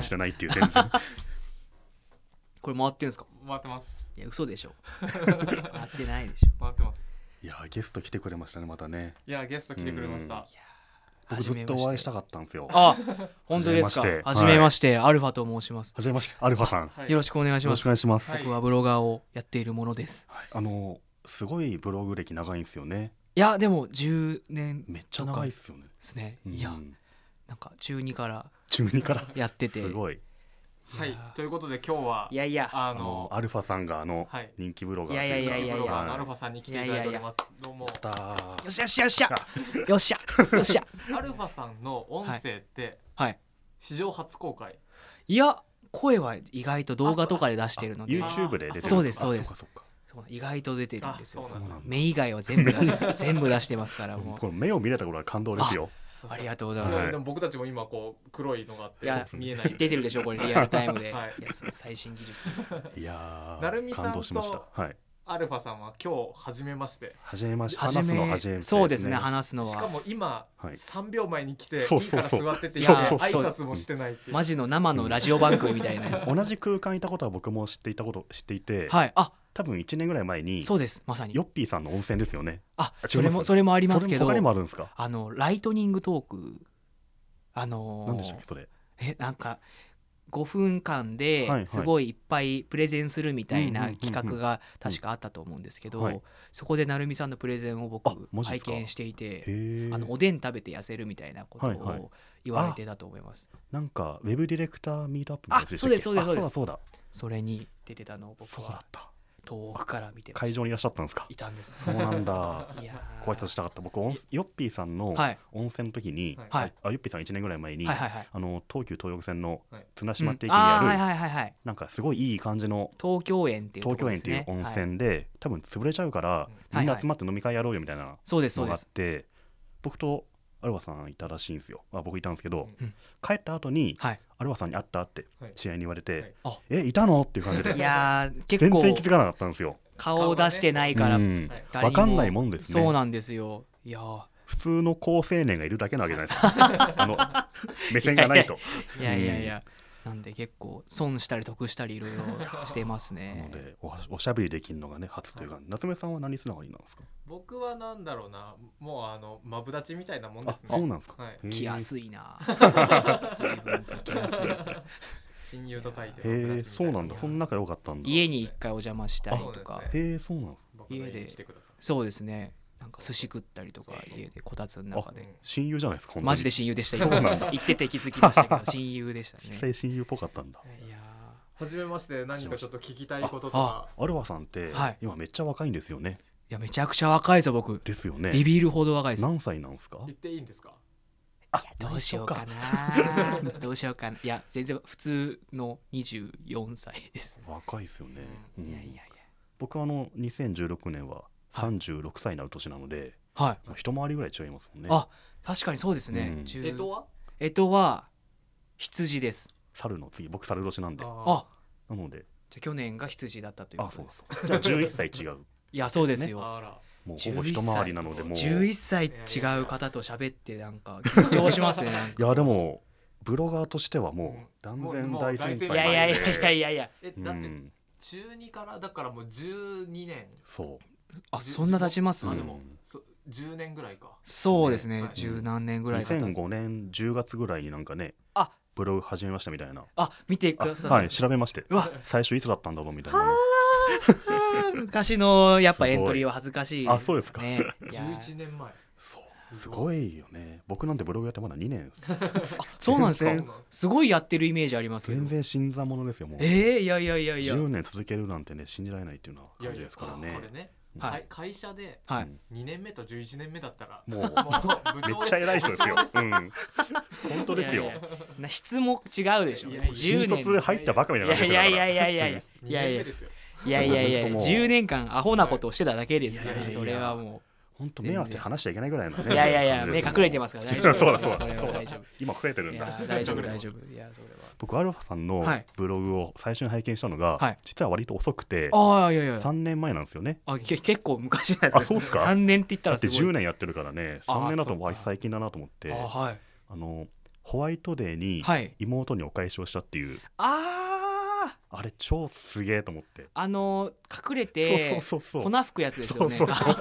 知らないっていう全然これ回ってんすか回ってますいや嘘で しょ回ってないでしょ回ってます いやーゲスト来てくれましたねまたねいやゲスト来てくれました僕ずっとお会いしたかかったんですよはあ本当ですか初めましてはじめまして、アルファと申しますじめましてアルファさん、よはいよろしくお願いしろましくすお願いします、はい僕はブロガーをやっているものですはいあのーすごいブログ歴長いんですよねいやでも10年でめっちゃ長いっすよね、すねうんいやなんか中2から中二 からやっててすごいはいいやーということで今日はいやいやああののーアルファさんがあのはい人気ブロガーいやいとやいういかやブロガーはのアルファさんに来ていただいておりますどうもやったーよっしゃよっしゃよっしゃよっしゃよっしゃアルファさんの音声ってはい史上初公開いや声は意外と動画とかで出してるので YouTube で出てるんかそうですそうですあそうかそう意外と出てるんですあよそうなんだ目以外は全部出し全部出してますから そうかもこうの目を見れた頃は感動ですよそしあたりらがとうございます、はでも僕たちも今こう黒いのがあっいやて見えない出てるでしょこれリアルタイムで、はいいやその最新技術ですからいやーなるみさんと感動しましたはいアルファさんは今日初めまして初めまして初 話すのめ初めてそうですね話すのしかはも今はい3秒前に来ていいかそうそうらそう座ってていいややそう挨そう拶もしてないっていうマジの生のラジオ番組みたいな同じ空間にいたことは僕も知っていたこと知っていて、 はいあ多分1年ぐらい前にそうですまさにヨッピーさんの温泉ですよねああ違いますそれもそれもありますけそどれも他にもあるんですかあのライトニングトークあ何のでーしたっけそれえなんか5分間はいはいですごいいっぱいプレゼンするみたいうんうんうんなうん企画が確かあったと思うんですけど、はいそこで成美さんのプレゼンをあ僕マジっ拝すか見していてへえあのおでん食べて痩せるみたいなことはいはいを言われてたと思います、なんかウェブディレクターミートアップのやつでしたっけあそうですそうですあそうだそれに出てたのを僕そうだそうだはった遠くから見てま会し場にいらっしゃったんですかたいたんですそうなんだいやーご挨拶したかった僕温ヨッピーさんのはい温泉の時に、はいはいあヨッピーさん1年ぐらい前に、はいはいはいあの東急東横線のはい綱島って駅にあああーる、はいはいはいはいなんかすごいいい感じの東京園っていうとこ東京ろで園っすていうね温はい、泉で、多分潰れちゃうから、うんみんな集まって飲み会やろうよみたいなそうですそのうがあでっすて僕とアルファさんいたらしいんですよ、まあ、僕いたんですけど、うん帰った後に、はいアルファさんに会ったってはい試合に言われて、はいえいたのっていう感じでい やー結全構然気づかなかったんですよ。顔を出してないから、うんはい誰にわかんないもんですねそうなんですよいやー普通の高青年がいるだけなわけじゃない ですかあの目線がないと。いやいやいや、なんで結構損したり得したりいろいろしてますなのね。でおはおしゃべりできるのがね初というか、夏目さんは何つながりなんですか僕はなんだろうなもうあのマブダチみたいなもんであすそうねなんですか、はいへー来やす いな。随分と来やすい。親友と書いてへマブえダチみたいなそうなんだそんな仲良かったんだ家に一回お邪魔したりとあかそう、ですへえそうなんです僕の家に来てくださそうですね。なんか寿司食ったりとかそうそう家でこたつの中いで。親友じゃないですか本当にマジで親友でした。そうなん今言ってて気づきましたけど、 親友でした実ね。際親友っぽかったんだいや初めまして何かちょっと聞きたいこととあかアルファさんって、はい今めっちゃ若いんですよねーいやめちゃくちゃ若いぞ僕。ですよねビビるほど若いです。何歳なんですか言っていいんですかあいやどうしようかな。 どうしようかな。いや全然普通の24歳です。若いですよね、いうんやいやいや。僕はあの2016年は36歳になる年なので、はい。まあ一回りぐらい違いますもんねあ確かにそうですね、うん十えとは干支は羊です猿の次僕猿年なんでなああのでじゃあ去年が羊だったというあことそうですそうじゃあ11歳 違ういやそうですーよあらもうほぼ一回りなのでもう11歳違う方と喋ってなん か緊張しますねなんかいやでもブロガーとしてはうんもう断然もう大先輩なんでいもう大先輩やいやいやいやいやいやえうだってん中二からだからもう12年そうあそんな経ちますあうんでもそ10年ぐらいかそうですねはい十何年ぐらい経った2005年10月ぐらいになんかねあブログ始めましたみたいなあ見てくださはいい調べましてうわ最初いつだったんだろうみたいなのあー昔のやっぱエントリーは恥ずかしいあそうですかねいや11年前そうすごいよね僕なんてブログやってまだ2年ですあそうなんですそうなんかですごいやってるイメージありますけど全然新参者ですよもうえーいやいやいやいや10年続けるなんてね信じられないっていうよういな感じやいやですからこれねね、はい会会社ではういん2年目と11年目だった らもうう部 めっ長ちゃ偉い人ですよ部長うん本当ですいよやいやな質も違うでしょいやいや10新年卒入ったばかみたいな感じいだかやらいやいやいやいや2いやい年や目ですよいやいやいや本当もう10年間アホなことをしてただけですかいやいらやいやそれはも本当目合わせて話しちゃいけないぐらいのうねいやいやい や目隠れてますすからそ大うだ丈夫 そうだそうそれはだ大丈夫今増えてるいんだや大丈夫大丈夫いやそれ僕アルファさんのはいブログを最初に拝見したのが、はい実は割と遅くてはああいやいやいや3年前なんですよねあけ結構昔じゃないですかあそうっすか3年って言っただらってすごい10年やってるからねあー3年だとそっか割と最近だなと思ってああはいのホワイトデーにはい妹にお返しをしたっていう、あああれ超すげえと思って、あの隠れてそうそうそうそ粉吹くやつですよねそうそうそ う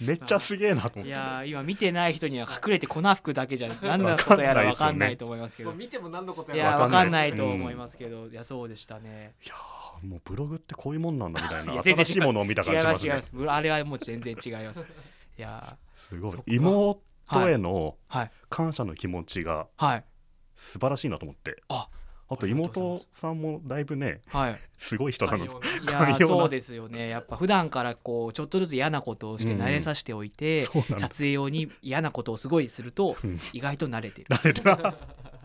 めっちゃすげえなと思っいてやー今見てない人には隠れて粉吹くだけ じゃ何のことやら分かんないと思いますけこどれ見ても何のこといややらわわかかんんなないいですと思いますけど、いやそうでしたね。いやーもうブログってこういうもんなんだみたい いなや全然新しいものを見た感じ違いしまますす違いねます。あれはもう全然違います。いやすごいそっか妹ーはいへのはい感謝の気持ちがはい素晴らしいなと思って、ああとありがとうございます妹さんもだいぶねはい。すごい人なのでいや 寛容ーなそうですよね。やっぱ普段からこうちょっとずつ嫌なことをして慣れさせておいて、そうなんだ撮影用に嫌なことをすごいするとうん意外と慣れて る。慣れてる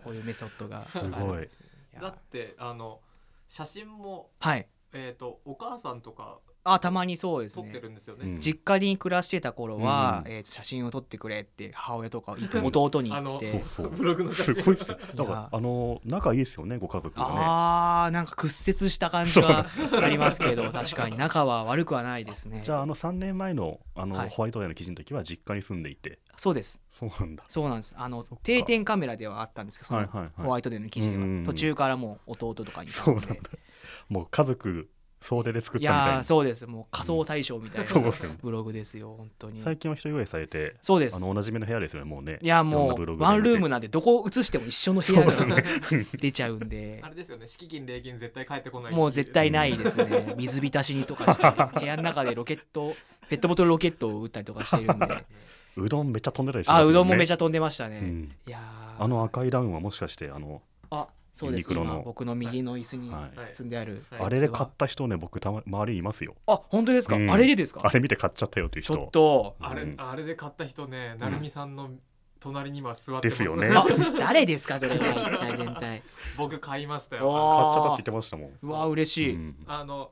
こういうメソッド がすごいあるんですね。いだやってあの写真もはい。えっ、とお母さんとかあたまにそうです撮っねて。るんですようねん実家に暮らしてた頃は、うんえー写真を撮ってくれって母親とか弟に言っそうて。そうブログの写す真ごいっすよだいやからあの仲いいですよねご家族がねあーなんか屈折した感じはありますけど確かに仲は悪くはないですねじゃああの3年前のあの、はいホワイトデーの記事の時は実家に住んでいてそうですそうなんだそうなんですあのそっか定点カメラではあったんですけどそのはいはいはいホワイトデーの記事では、うんうんうん途中からもう弟とかにそうなんだもう家族総出で作っいたみたいやなーそうですもう仮想大賞みたいそうでなすよねブログですよ本当に最近は一人用意されてそうですあのおなじみの部屋ですよねもうねいやろんなもブロうグがワ出ンてルームなんでどこ映しても一緒の部屋が出ちゃうんであれですよね敷金礼金絶対返ってこないもう絶対ないです ね水浸しにとかして部屋の中でロケットペットボトルロケットを打ったりとかしてる んで うどんめっちゃ飛んでたりしますあよねうどんもめちゃ飛んでましたね、うんいやーあの赤いダウンはもしかしてあのあそうでユニすクロの今僕の右の椅子にはいはい積んである、はいあれで買った人ね僕たま周りにいますよあ本当ですか、うんあれでですかあれ見て買っちゃったよというち人ょっとあうれんあれで買った人ね成美さんの隣に今座ってですよねあ誰ですかそれは一体全体僕買いましたおよー買っちゃったって言ってましたもんうわ嬉しい、うんあの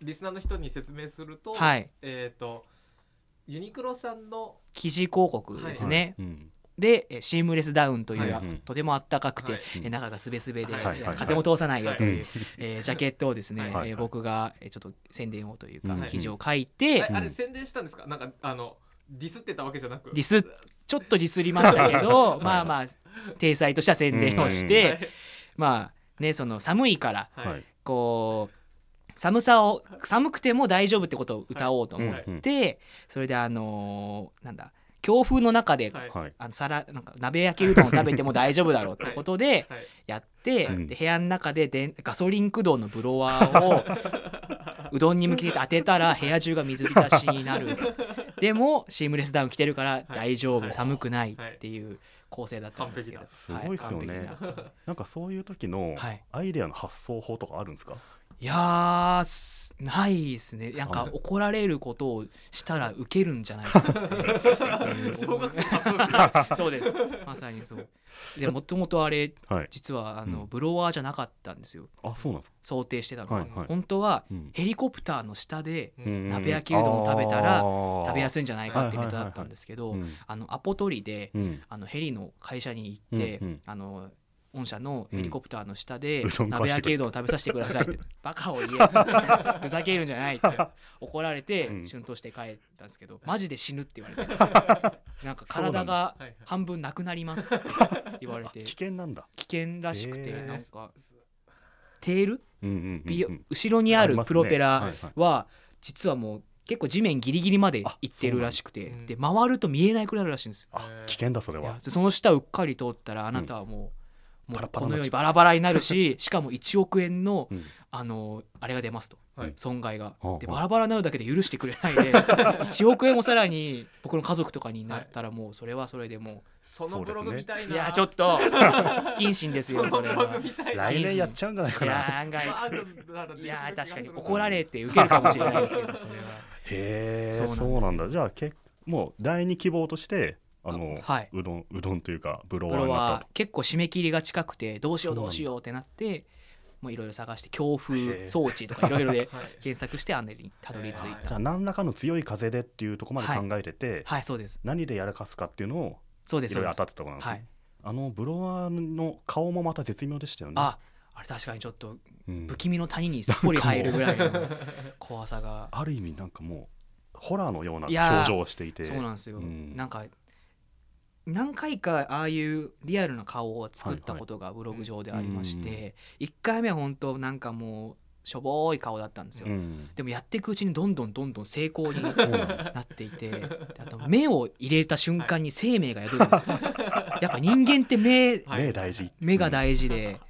リスナーの人に説明すると、はいえっ、とユニクロさんの記事広告ですね、うんでえシームレスダウンという、はいとてもあったかくて、はいえ中がすべすべで、はいえ風も通さないよという、はいえージャケットをですね、はいえー僕がえーちょっと宣伝をというか、はい記事を書いて、えあれうん宣伝したんですかなんかあのディスってたわけじゃなくディスちょっとディスりましたけどまあまあ体裁としては宣伝をして、はいまあねその寒いからははいいこう寒さを寒くても大丈夫ってことを歌おうと思はいって、それであのーなんだ強風の中で、はいはいあの皿なんか鍋焼きうどんを食べても大丈夫だろうってことで。はいやって、はいで部屋の中ででガソリン駆動のブロワーをうどんに向けて当てたら部屋中が水浸しになるでもシームレスダウン着てるから大丈夫、はい寒くないっていう構成だったんですけど、はいすごいっすよねは完璧な なんかそういう時のはいアイデアの発想法とかあるんですかいやーすないですねなんかはい怒られることをしたらウケるんじゃないかなってうん小学生発想そうですまさにそうでもともとあれ はい実はあの、うんブロワーじゃなかったんですよあそうなんです想定してたのかは、はいはい本当はうんヘリコプターの下でうんうん鍋焼きうどんを食べたら食べやすすいんじゃないかってネタだったんですけどあのアポ取りでうんあのヘリの会社に行って、うんうんあの御社のヘリコプターの下でうんうどん食わし鍋てく焼きれうどんを食べさせてくださいってバカを言えふざけるんじゃないって怒られてうん春闘して帰ったんですけどマジで死ぬって言われてなんかそうなんだ体がはいはい半分なくなりますって言われて危危険なんだ険らしくてへーなんかテールうんうんうんビヨうん後ろにあありるますねプロペラはいはいは実はもう結構地面ギリギリまで行ってるらしくてあそうなんだで回ると見えないくらいあるらしいんですよあ危険だそれいやはその下うっかり通ったらあなたはもう,、もパうラパこラのになっようちゃにうバラバラになる ししかも1億円のうんあのあれが出ますと、はい損害がうんでうんバラバラになるだけで許してくれない で1億円もさらに僕の家族とかになったらもうそれはそれでもそのブログみたいうな。いやちょっと不謹慎ですよそ そのれブロはグみたいな。来年やっちゃうんじゃないいかなや案外まああるならでき るいや気が確すかるに怒 られて受けるかもしれないですけどそれは。 へえそうなんですよそうなんだじゃあけもう第二希望としてあのあはいうどんうどんというかブロこワれーになったはと結構締め切りが近くてどうしようそうどなんだうしようってなってもういろいろ探して強へ風え装置とかいろいろで はい検索してアンネにたどり着いはいじゃたあ何らかの強い風でっていうところまで考えてて、はいそうです何でやらかすかっていうのをそうでいすろそいろうで当たすってたことなんですね、はいあのブロワーの顔もまた絶妙でしたよねああれ確かにちょっとうん不気味の谷にすっぽり入るぐら いの怖さがある意味なんかもうホラーのようないやー表情をしていてそうなんですようんなんか何回かああいうリアルな顔を作ったことがブログ上でありまして、うんうん1回目は本当なんかもうしょぼーい顔だったんですよ、 うんでもやっていくうちにどんどんどんどん成功にそうなんだなっていてであと目を入れた瞬間に生命が宿るんですよ、やっぱ人間って目はい目大事目が事、大事で、うんあ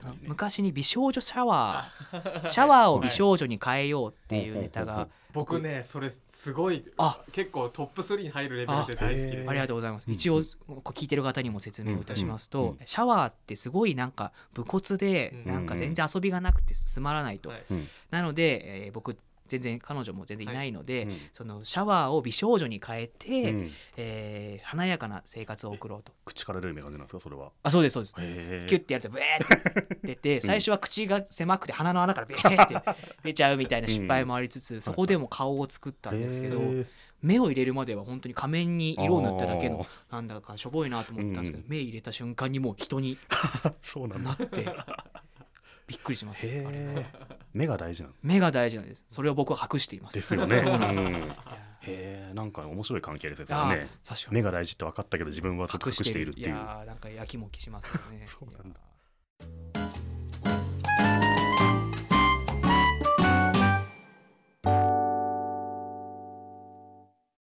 確かのにね昔に美少女シャワーシャワーを美少女に変えようっていうネタが僕ねそれすごいあ結構トップ3に入るレベルで大好きですあありがとうございます一応うんこう聞いてる方にも説明をいたしますうんうとんシャワーってすごいなんか武骨でうんなんか全然遊びがなくてつまらないとはいうんなのでえー僕全然彼女も全然いないのでうんそのシャワーを美少女に変えうてんえー華やかな生活を送ろうと口から出る目が出るんですかそれはあそうですそうですへキュえッてやるとブエーって出て最初は口が狭くて鼻の穴からビエーって出ちゃうみたいな失敗もありつつ そこでも顔を作ったんですけど目を入れるまでは本当に仮面に色を塗っただ けのなんだかしょぼいなと思ったんですけどう目入れた瞬間にもう人にそうなんなだってびっくりしますあれへ え目が大事なん目が大事なんですそれを僕は隠していますですよねそうなんですいうんへやえんか面白い関係ですねそれあはーね確かに目が大事って分かったけど自分はずっと隠しているっていう やーなんかやきもきしますよねそうなんだいやー